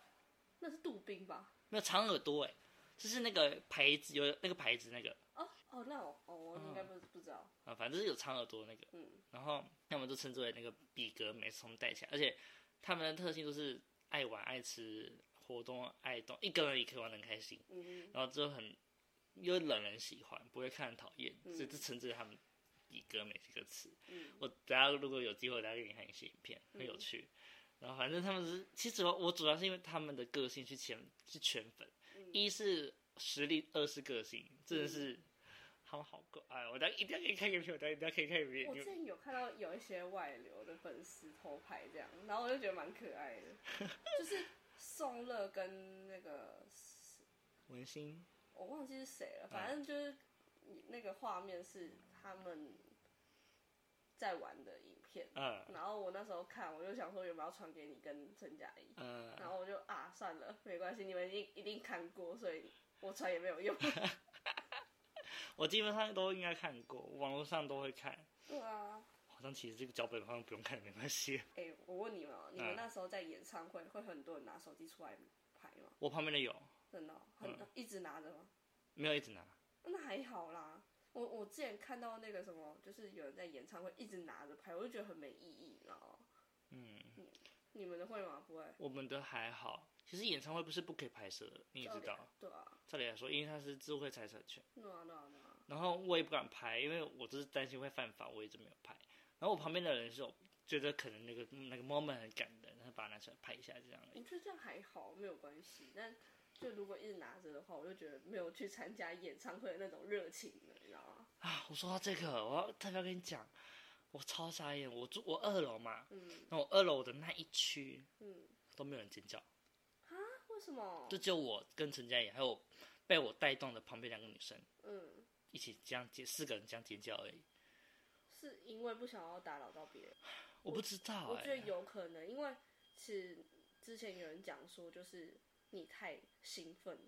Speaker 2: 那是杜宾吧？
Speaker 1: 没有长耳朵哎、就是那个牌子有那个牌子那个
Speaker 2: 哦哦，那我哦，我应该
Speaker 1: 嗯
Speaker 2: 不不知道。
Speaker 1: 啊，反正就是有长耳朵那个，
Speaker 2: 嗯
Speaker 1: 然后那我们就称之为那个比格美从带起来，而且它们的特性都是爱玩爱吃。活动爱动，一个人也可以玩得很开心。
Speaker 2: 嗯
Speaker 1: 然后就很又惹人喜欢，不会看人讨厌，
Speaker 2: 嗯
Speaker 1: 所以这称之为他们“比哥美”这个词。
Speaker 2: 嗯
Speaker 1: 我等下如果有机会，等下给你看一些影片，很有趣。然后反正他们是，其实主要我主要是因为他们的个性去圈去圈粉，
Speaker 2: 嗯
Speaker 1: 一是实力，二是个性，真的是。他们好可爱，我等下一定要给你看影片，我等下一定要给你看影片。
Speaker 2: 我
Speaker 1: 你
Speaker 2: 之
Speaker 1: 们
Speaker 2: 前有看到有一些外流的粉丝偷拍这样，然后我就觉得蛮可爱的， 就是宋乐跟那个
Speaker 1: 文心
Speaker 2: 我忘记是谁
Speaker 1: 嗯
Speaker 2: 了，反正就是那个画面是他们在玩的影片，
Speaker 1: 二
Speaker 2: 然后我那时候看，我就想说有没有要传给你跟陈佳怡，然
Speaker 1: 呃，
Speaker 2: 后我就啊算了，没关系，你们一定一定看过，所以我传也 没有用。
Speaker 1: 我基本上都应该看过，网络上都会看。
Speaker 2: 对 啊，
Speaker 1: 好像其实这个脚本好像不用看没关系。
Speaker 2: 哎、我问你们哦，你们
Speaker 1: 嗯
Speaker 2: 那时候在演唱会会很多人拿手机出来拍吗？
Speaker 1: 我旁边的有，
Speaker 2: 真的哦、很、
Speaker 1: 嗯
Speaker 2: 一直拿着吗？
Speaker 1: 没有一直拿。
Speaker 2: 那还好啦。我我之前看到那个什么，就是有人在演唱会一直拿着拍，我就觉得很没意义，你知道吗？
Speaker 1: 嗯，
Speaker 2: 你们的会吗？不会，
Speaker 1: 我们的还好。其实演唱会不是不可以拍摄的，你也知
Speaker 2: 照理
Speaker 1: 道。
Speaker 2: 对啊，
Speaker 1: 照理来说，因为它是智慧财产权，
Speaker 2: 对啊，对啊，对啊，
Speaker 1: 然后我也不敢拍，因为我就是担心会犯法，我一直没有拍。然后我旁边的人是有觉得可能那个那个 moment 很感人，他把它拿出来拍一下这样而
Speaker 2: 我
Speaker 1: 已。
Speaker 2: 觉得这样还好，没有关系。但就如果一直拿着的话，我就觉得没有去参加演唱会的那种热情了，你知道吗？
Speaker 1: 啊，我说到这个，我要特别跟你讲，我超傻眼。我住我二楼嘛，
Speaker 2: 嗯
Speaker 1: 那我二楼的那一区
Speaker 2: 嗯，
Speaker 1: 都没有人尖叫，
Speaker 2: 为什么
Speaker 1: 就？只有我跟陈佳怡还有被我带动的旁边两个女生
Speaker 2: 嗯，
Speaker 1: 一起这样尖，四个人这样尖叫而已。
Speaker 2: 是因为不想要打扰到别人。
Speaker 1: 我不知道、
Speaker 2: 我
Speaker 1: 哎。
Speaker 2: 觉得有可能，因为是之前有人讲说，就是你太兴奋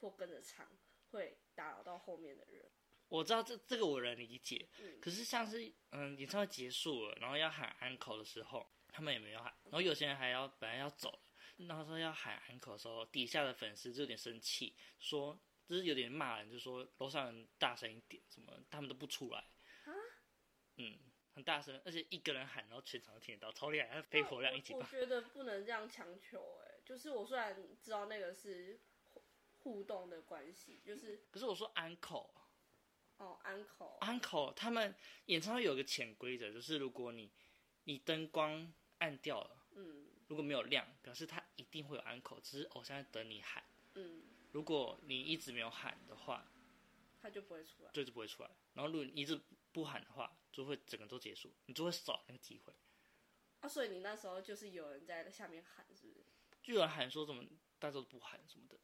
Speaker 2: 或跟着唱，会打扰到后面的人。
Speaker 1: 我知道这这个我能理解，
Speaker 2: 嗯
Speaker 1: 可是像是嗯演唱会结束了，然后要喊 uncle 的时候，他们也没有喊，然后有些人还要本来要走了，然后说要喊 uncle 的时候，底下的粉丝就有点生气，说就是有点骂人，就说楼上人大声一点，什么他们都不出来
Speaker 2: 啊，
Speaker 1: 嗯，很大声，而且一个人喊，然后全场都听得到，超厉害，还肺活量一起
Speaker 2: 啊我我
Speaker 1: 吧，
Speaker 2: 觉得不能这样强求、哎，就是我虽然知道那个是互互动的关系，就是
Speaker 1: 可是我说 uncle。
Speaker 2: 哦安口
Speaker 1: uncle 他们演唱会有个潜规则，就是如果你你灯光暗掉了，
Speaker 2: 嗯
Speaker 1: 如果没有亮，表示他一定会有安口，只是偶像在等你喊。
Speaker 2: 嗯，
Speaker 1: 如果你一直没有喊的话，
Speaker 2: 他就不会出来。
Speaker 1: 就是不会出来。然后如果你一直不喊的话，就会整个都结束，你就会少那个机会。
Speaker 2: 啊，所以你那时候就是有人在下面喊，是不是？
Speaker 1: 就有人喊说什么大家都不喊什么的，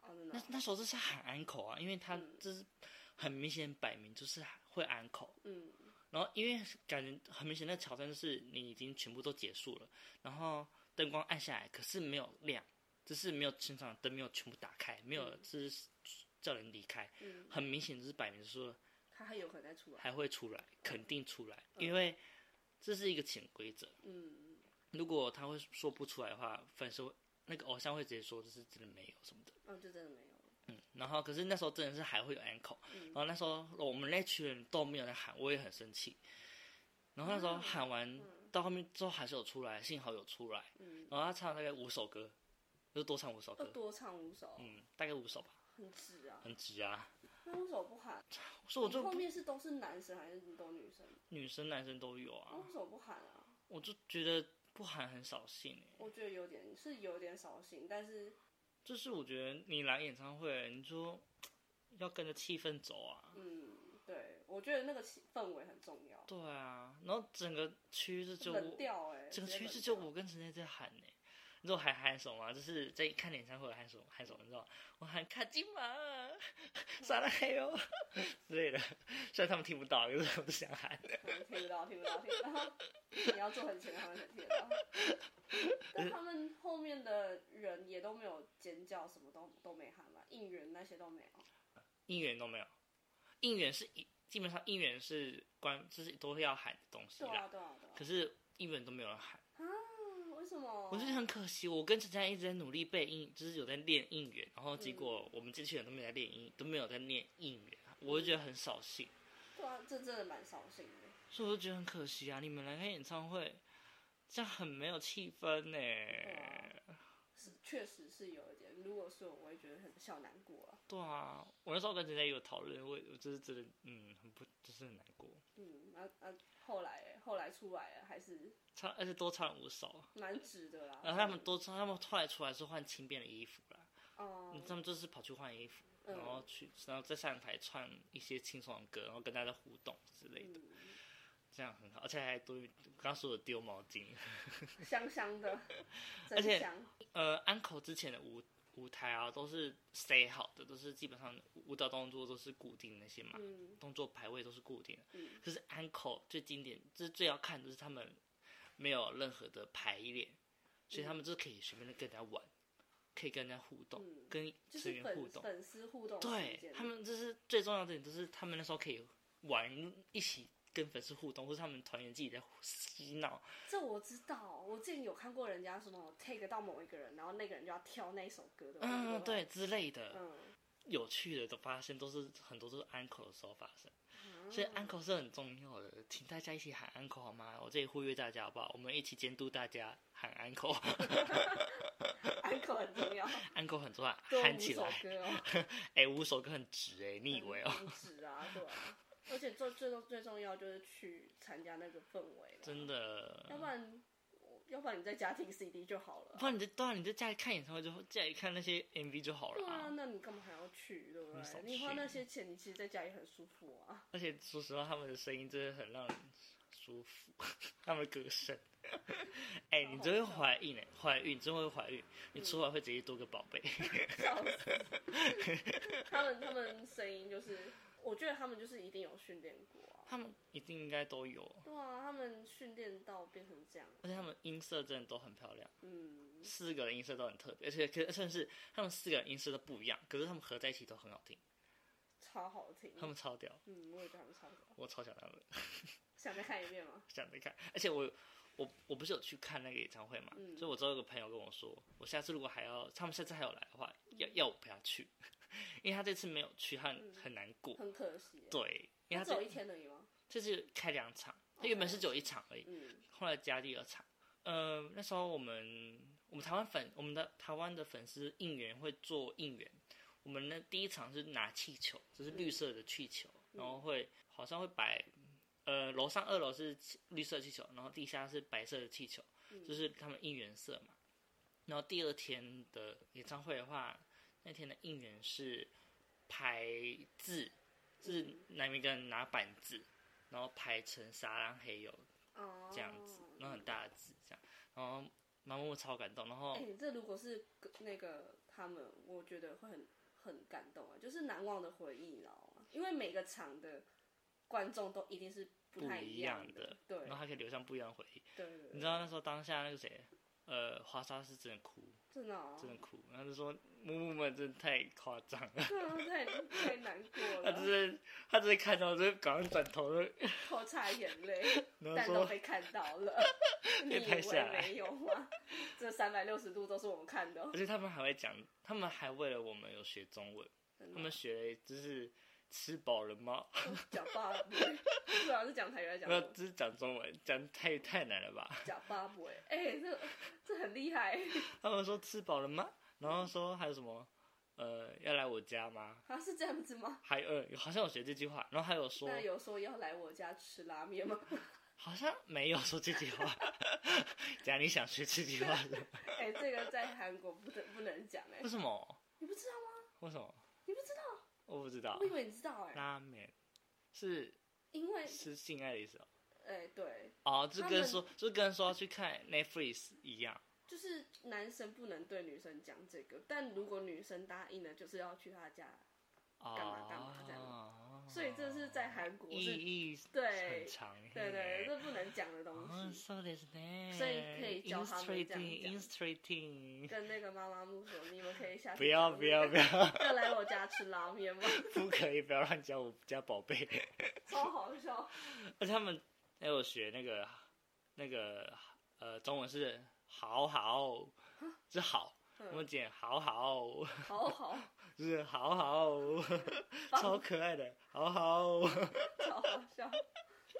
Speaker 2: 哦，真的
Speaker 1: 那
Speaker 2: 哦，
Speaker 1: 那时候这是喊安口啊，因为他
Speaker 2: 嗯
Speaker 1: 这是很明显摆明就是会安口。
Speaker 2: 嗯
Speaker 1: 然后因为感觉很明显，那挑战就是你已经全部都结束了，然后灯光暗下来，可是没有亮，只是没有全场灯没有全部打开，没有
Speaker 2: 嗯
Speaker 1: 就是叫人离开。
Speaker 2: 嗯，
Speaker 1: 很明显就是摆明说
Speaker 2: 他还有可能再出来。
Speaker 1: 还会出来，肯定出来，
Speaker 2: 嗯
Speaker 1: 因为这是一个潜规则。
Speaker 2: 嗯
Speaker 1: 如果他会说不出来的话，粉丝会那个偶像会直接说就是真的没有什么的。
Speaker 2: 嗯，哦，就真的没有了。
Speaker 1: 嗯，然后可是那时候真的是还会有 uncle，然
Speaker 2: 嗯
Speaker 1: 后那时候我们那群人都没有在喊，我也很生气。然后那时候
Speaker 2: 嗯
Speaker 1: 喊完
Speaker 2: 嗯
Speaker 1: 到后面之后还是有出来，幸好有出来。
Speaker 2: 嗯，
Speaker 1: 然后他唱了大概五首歌，就多唱五首
Speaker 2: 要
Speaker 1: 歌，
Speaker 2: 哦多唱五首，
Speaker 1: 嗯，大概五首吧，
Speaker 2: 很直啊。
Speaker 1: 很值啊。
Speaker 2: 那为什么不喊？
Speaker 1: 所以我
Speaker 2: 哦你后
Speaker 1: 就
Speaker 2: 面是都是男生还是都女生？
Speaker 1: 女生男生都有啊。
Speaker 2: 那为什么不喊啊？
Speaker 1: 我就觉得不喊很扫兴哎、
Speaker 2: 我觉得有点是有点扫兴，但是
Speaker 1: 就是我觉得你来演唱会，你说要跟着气氛走啊。
Speaker 2: 嗯，对，我觉得那个气氛围很重要，
Speaker 1: 对啊，然后整个区域是就
Speaker 2: 冷
Speaker 1: 我，
Speaker 2: 调哎、欸，
Speaker 1: 整个
Speaker 2: 直接
Speaker 1: 区域
Speaker 2: 冷
Speaker 1: 是就
Speaker 2: 掉
Speaker 1: 我跟陈念在喊呢、你知道我还喊什么吗？就是在看演唱会我喊什么喊什么，你知道吗我喊卡金马、撒拉嘿哟之类的，虽然他们听不到，可是我不想喊。
Speaker 2: 嗯听不到，听不到，听不到。你要坐很前，他们才听得到。但他们后面的人也都没有尖叫，什么都都没喊了，应援那些都没有。
Speaker 1: 应援都没有，应援是一基本上应援是关，就是都是要喊的东西
Speaker 2: 对
Speaker 1: 啦。
Speaker 2: 啊，对啊，对啊。
Speaker 1: 可是应援都没有人喊，
Speaker 2: 嗯为什么？
Speaker 1: 我就觉得很可惜。我跟陈佳一直在努力背应，就是有在练应援，然后结
Speaker 2: 嗯
Speaker 1: 果我们这群人都没有在练应，都没有在练应援，我就觉得很扫兴。
Speaker 2: 对啊，这真的蛮扫兴的。
Speaker 1: 所以我就觉得很可惜啊！你们来看演唱会，这样很没有气氛呢、
Speaker 2: 啊是，确实是有一点。如果是我，我也觉得很小难过啊。
Speaker 1: 对啊，我那时候跟人家有讨论，我我就是真的，嗯，很不，就是很难过。
Speaker 2: 嗯，那、那后来后来出来了，还是
Speaker 1: 唱，而且多唱了五首，
Speaker 2: 蛮值的啦。
Speaker 1: 然啊后他们多唱，他们后来出来是换轻便的衣服啦，
Speaker 2: 哦，
Speaker 1: 他们就是跑去换衣服，
Speaker 2: 嗯
Speaker 1: 然后去，然后再上台唱一些轻松的歌，然后跟大家互动之类的，
Speaker 2: 嗯，
Speaker 1: 这样很好，而且还多，刚刚说的丢毛巾，
Speaker 2: 香香的，真
Speaker 1: 而且
Speaker 2: 香。
Speaker 1: 呃，安口之前的舞舞台啊，都是 stay 好的，都是基本上舞蹈动作都是固定那些嘛，
Speaker 2: 嗯
Speaker 1: 动作排位都是固定的。
Speaker 2: 嗯
Speaker 1: 可是安口最经典，就是最要看的就是他们没有任何的排列，所以他们就是可以随便的跟人家玩，可以跟人家互动，
Speaker 2: 嗯，
Speaker 1: 跟
Speaker 2: 就
Speaker 1: 成
Speaker 2: 是
Speaker 1: 员互
Speaker 2: 粉
Speaker 1: 动。
Speaker 2: 粉丝互动时
Speaker 1: 对
Speaker 2: 间，
Speaker 1: 他们，就是最重要的点，就是他们那时候可以玩一起。跟粉丝互动，或是他们团员自己在嬉闹，
Speaker 2: 这我知道，我之前有看过人家说什么 take 到某一个人，然后那个人就要挑那一首歌的，
Speaker 1: 嗯，，对之类的，
Speaker 2: 嗯，
Speaker 1: 有趣的都发生都是很多都是安口的时候发生，
Speaker 2: 嗯
Speaker 1: 所以安口是很重要的，请大家一起喊安口好吗？我这里呼吁大家好不好？我们一起监督大家喊安口，
Speaker 2: 安可嗯很重要，
Speaker 1: 安口很重要，
Speaker 2: 多
Speaker 1: 喊
Speaker 2: 五
Speaker 1: 起
Speaker 2: 首
Speaker 1: 来！
Speaker 2: 歌哦，
Speaker 1: 哎、五首歌很值哎、你以为哦、
Speaker 2: 很值啊，对啊，而且最最重最重要就是去参加那个氛围，
Speaker 1: 真
Speaker 2: 的，
Speaker 1: 的。
Speaker 2: 要不然我要不然你在家听 CD 就好了
Speaker 1: 不，然你就当然你就家里看演唱会就家里看那些 MV 就好
Speaker 2: 对
Speaker 1: 了、
Speaker 2: 啊，那你干嘛还要去，对不
Speaker 1: 很少
Speaker 2: 对？你花
Speaker 1: 去
Speaker 2: 那些钱，你其实在家也很舒服啊，
Speaker 1: 而且说实话，他们的声音真的很让人舒服， 他们的歌声。哎、你真会怀孕哎、怀孕真会怀孕，你出来会直接多个宝贝。
Speaker 2: 笑死，他们他们声音就是，我觉得他们就是一定有训练过啊。
Speaker 1: 他们一定应该都有，
Speaker 2: 对啊，他们训练到变成这样，
Speaker 1: 而且他们音色真的都很漂亮，
Speaker 2: 嗯，
Speaker 1: 四个人音色都很特别，而且可甚至他们四个人音色都不一样，可是他们合在一起都很好听，
Speaker 2: 超好听。
Speaker 1: 他们超屌，
Speaker 2: 嗯，我也觉得他们超好。
Speaker 1: 我超想他们，
Speaker 2: 想再看一遍吗？
Speaker 1: 想着看，而且我我我不是有去看那个演唱会嘛，
Speaker 2: 嗯
Speaker 1: 所以我知道有个朋友跟我说，我下次如果还要他们下次还有来的话，要要我陪他去，因为他这次没有去，他很
Speaker 2: 嗯
Speaker 1: 很难过，
Speaker 2: 很可惜耶，
Speaker 1: 对，因为他
Speaker 2: 他只有
Speaker 1: 这
Speaker 2: 一天而已吗？
Speaker 1: 这次开两场，他原本是只有一场而已，
Speaker 2: 嗯
Speaker 1: 后来加第二场。呃，那时候我们我们台湾粉我们的台湾的粉丝应援会做应援，我们的第一场是拿气球，就是绿色的气球，然后会好像会摆，呃，楼上二楼是气绿色气球，然后地下是白色的气球，
Speaker 2: 嗯
Speaker 1: 就是他们应援色嘛。然后第二天的演唱会的话，那天的应援是排字，就是那每个人拿板子，然后排成沙朗黑油
Speaker 2: 哦，
Speaker 1: 这样子，然后很。大的字这样，然后妈妈我超感动，然后
Speaker 2: 哎、这如果是跟那个他们，我觉得会很很感动啊，就是难忘的回忆，你知道吗？因为每个场的观众都一定是不
Speaker 1: 不
Speaker 2: 太
Speaker 1: 一
Speaker 2: 样
Speaker 1: 样的，
Speaker 2: 对
Speaker 1: 然后还可以留下不一样的回忆。
Speaker 2: 对对对，
Speaker 1: 你知道那时候当下那个谁，呃，花沙是真的哭，
Speaker 2: 真的哦，
Speaker 1: 真的哭，然后就说木木们真的太夸张了，
Speaker 2: 对啊，太太难过
Speaker 1: 他就
Speaker 2: 了，
Speaker 1: 是他就是看到就赶快转头，
Speaker 2: 偷擦眼泪。
Speaker 1: 然后
Speaker 2: 但都
Speaker 1: 说
Speaker 2: 被看 到了，你以
Speaker 1: 被拍
Speaker 2: 为
Speaker 1: 下来
Speaker 2: 没有吗？这三百六十度都是我们看的哦
Speaker 1: 而，且他们还会讲，他们还为了我们有学中文，
Speaker 2: 真
Speaker 1: 他
Speaker 2: 的哦
Speaker 1: 们学就是吃饱了吗？
Speaker 2: 假巴不会，不管是讲台语还是讲
Speaker 1: 没有，
Speaker 2: 中文
Speaker 1: 只是讲中文，讲太太难了吧？
Speaker 2: 假巴不会，哎，这这很厉害，
Speaker 1: 他们说吃饱了吗？然后说还有什么，呃，要来我家吗？
Speaker 2: 啊是这样子吗？
Speaker 1: 还有、呃、好像有学这句话，然后还有说，
Speaker 2: 那有说要来我家吃拉面吗？
Speaker 1: 好像没有说这句话。 假如你想学这句话了，
Speaker 2: 哎、这个在韩国不能不能讲哎、
Speaker 1: 为什么？
Speaker 2: 你不知道吗？
Speaker 1: 为什么？
Speaker 2: 你不知道？
Speaker 1: 我不知道
Speaker 2: 我。以为你知道哎、
Speaker 1: 拉面是
Speaker 2: 因为
Speaker 1: 是性爱的意思哦。
Speaker 2: 哎、对，
Speaker 1: 哦，就
Speaker 2: 他
Speaker 1: 跟
Speaker 2: 们
Speaker 1: 说就跟说要去看 Netflix 一样。
Speaker 2: 就是男生不能对女生讲这个，但如果女生答应了，就是要去他家，
Speaker 1: 哦，
Speaker 2: 嘛干嘛这样所以这是在韩国
Speaker 1: 意
Speaker 2: 是，
Speaker 1: 义
Speaker 2: 对
Speaker 1: 哦很长耶。
Speaker 2: 对对，这不能讲的东
Speaker 1: 哦，
Speaker 2: 西。
Speaker 1: そうですね。
Speaker 2: 所以可以教他们这样
Speaker 1: Illustrating,
Speaker 2: 讲
Speaker 1: illustrating
Speaker 2: 跟那个妈妈木说，你们可以下次
Speaker 1: 不要
Speaker 2: 讲
Speaker 1: 不要不要，
Speaker 2: 要来我家吃拉面吗？
Speaker 1: 不可以，不要乱教我家宝贝。
Speaker 2: 超好笑。
Speaker 1: 而且 他们还有学那个那个呃，中文是好好，是好，我
Speaker 2: 嗯，
Speaker 1: 们讲好好，
Speaker 2: 好好，
Speaker 1: 就是好 好，超可爱的，好好。
Speaker 2: 超好笑。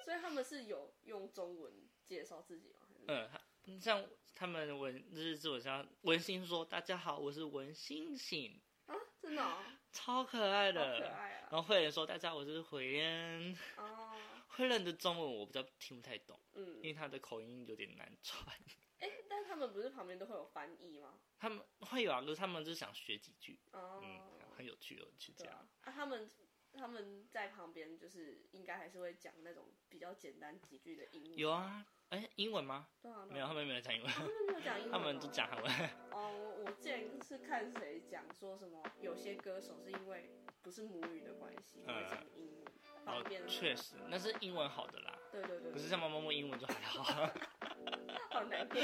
Speaker 2: 所以他们是有用中文介绍自己吗？还是
Speaker 1: 嗯，他像他们文日志文上，文心说：“大家好，我是文星星，
Speaker 2: 啊，真的、哦，
Speaker 1: 超可爱
Speaker 2: 好
Speaker 1: 的。哦
Speaker 2: 可爱啊
Speaker 1: 然！后慧仁说：“大家好，我是慧仁。
Speaker 2: 哦，”
Speaker 1: 慧仁的中文我比较听不太懂，因
Speaker 2: 嗯，
Speaker 1: 为他的口音有点难传。
Speaker 2: 哎、但他们不是旁边都会有翻译吗？
Speaker 1: 他们会有啊，可是他们就想学几句，
Speaker 2: 哦，
Speaker 1: 嗯，很有趣，有趣这
Speaker 2: 对
Speaker 1: 样。
Speaker 2: 啊，啊，他们他们在旁边就是应该还是会讲那种比较简单几句的英文。
Speaker 1: 有，啊，哎，英文吗？
Speaker 2: 对啊，对啊
Speaker 1: 没有，，他们没有讲英文，
Speaker 2: 他们没有讲英文吗，
Speaker 1: 他们都讲韩文。
Speaker 2: 哦，我我之前是看谁讲说什么，有些歌手是因为不是母语的关系，
Speaker 1: 嗯
Speaker 2: 会讲英语，方
Speaker 1: 哦
Speaker 2: 便。，
Speaker 1: 确实，那是英文好的啦。
Speaker 2: 对对对，
Speaker 1: 可是像妈妈木英文就还 好。
Speaker 2: 好 难过。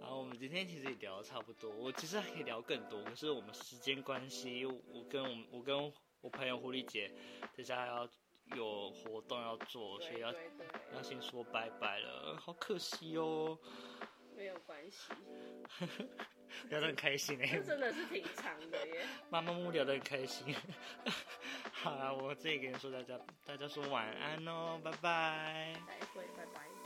Speaker 1: 然后我们今天其实也聊的差不多，我其实还可以聊更多，可是我们时间关系，我我跟我们我跟我朋友狐狸姐，等下还要有活动要做，所
Speaker 2: 对
Speaker 1: 以要嗯
Speaker 2: 对对，
Speaker 1: 要先说拜拜了，好可惜哦，
Speaker 2: 没有关系，
Speaker 1: 聊得很开心哎、
Speaker 2: 这真的是挺长的耶。
Speaker 1: 妈妈木聊得很开心。 好啦，我自己跟你说，大家大家说晚安哦，拜拜。
Speaker 2: 再会，拜拜。